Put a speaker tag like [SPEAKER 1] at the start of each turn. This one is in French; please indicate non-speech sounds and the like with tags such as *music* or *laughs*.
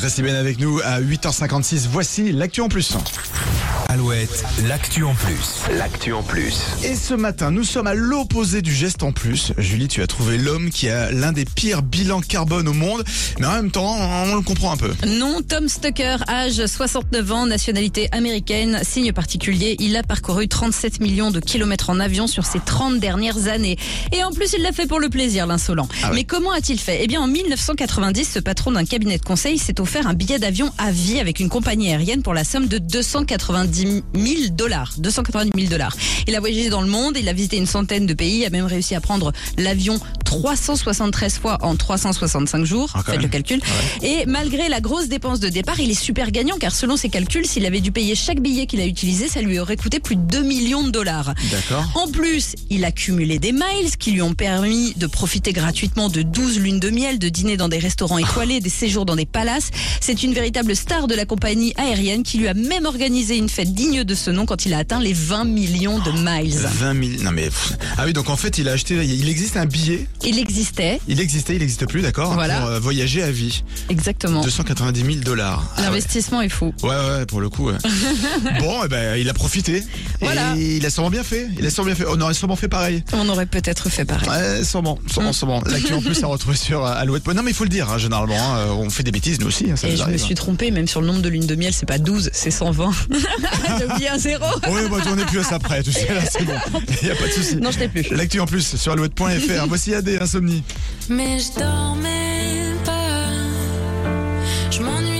[SPEAKER 1] Restez bien avec nous à 8h56. Voici l'actu en plus.
[SPEAKER 2] Alouette, l'actu en plus. L'actu en plus.
[SPEAKER 1] Et ce matin, nous sommes à l'opposé du geste en plus. Julie, tu as trouvé l'homme qui a l'un des pires bilans carbone au monde, mais en même temps, on le comprend un peu.
[SPEAKER 3] Non, Tom Stocker, âge 69 ans, nationalité américaine, signe particulier, il a parcouru 37 millions de kilomètres en avion sur ses 30 dernières années. Et en plus, il l'a fait pour le plaisir, l'insolent.
[SPEAKER 1] Ah ouais.
[SPEAKER 3] Mais comment a-t-il fait Eh bien, en 1990, ce patron d'un cabinet de conseil s'est offert un billet d'avion à vie avec une compagnie aérienne pour la somme de 290 000 dollars. 290 000 dollars. Il a voyagé dans le monde, il a visité une centaine de pays, a même réussi à prendre l'avion 373 fois en 365 jours.
[SPEAKER 1] Ah, quand
[SPEAKER 3] Faites
[SPEAKER 1] même.
[SPEAKER 3] le calcul. Et malgré la grosse dépense de départ, il est super gagnant car selon ses calculs, s'il avait dû payer chaque billet qu'il a utilisé, ça lui aurait coûté plus de 2 millions de dollars.
[SPEAKER 1] D'accord.
[SPEAKER 3] En plus, il a cumulé des miles qui lui ont permis de profiter gratuitement de 12 lunes de miel, de dîner dans des restaurants étoilés, des séjours dans des palaces. C'est une véritable star de la compagnie aérienne qui lui a même organisé une fête digne de ce nom quand il a atteint les 20 millions de miles.
[SPEAKER 1] 20 000. Non mais. pff. Ah oui, donc en fait, il a acheté. Il existe un billet.
[SPEAKER 3] Il existait,
[SPEAKER 1] Il existait, il n'existe plus, d'accord
[SPEAKER 3] Voilà. Oh.
[SPEAKER 1] Pour euh, voyager à vie.
[SPEAKER 3] exactement.
[SPEAKER 1] 290 000 dollars. Ah ouais.
[SPEAKER 3] L'investissement est fou.
[SPEAKER 1] Ouais, ouais, pour le coup.
[SPEAKER 3] *laughs*
[SPEAKER 1] ouais. bon, eh ben, il a profité.
[SPEAKER 3] Voilà.
[SPEAKER 1] Et il a sûrement bien fait. Il a sûrement bien fait. On aurait sûrement fait pareil.
[SPEAKER 3] On aurait peut-être fait pareil.
[SPEAKER 1] Ouais, sûrement, sûrement,
[SPEAKER 3] Hmm.
[SPEAKER 1] sûrement. L'actu en plus à retrouver sur euh, Alouette. Non, mais il faut le dire, hein, généralement. hein, euh, on fait des bêtises, nous aussi. hein, ça
[SPEAKER 3] Et
[SPEAKER 1] nous
[SPEAKER 3] je me
[SPEAKER 1] arrive.
[SPEAKER 3] suis trompée, même sur le nombre de lunes de miel, c'est pas 12, c'est 120. *laughs* J'ai oublié un zéro.
[SPEAKER 1] Oui, bah, on est plus à ça près. Tu sais, là, c'est bon. Il n'y a pas de souci.
[SPEAKER 3] Non, je t'ai plus.
[SPEAKER 1] L'actu en plus sur alouette.fr. Voici AD, Insomnie.
[SPEAKER 4] Mais je dormais pas. Je m'ennuyais.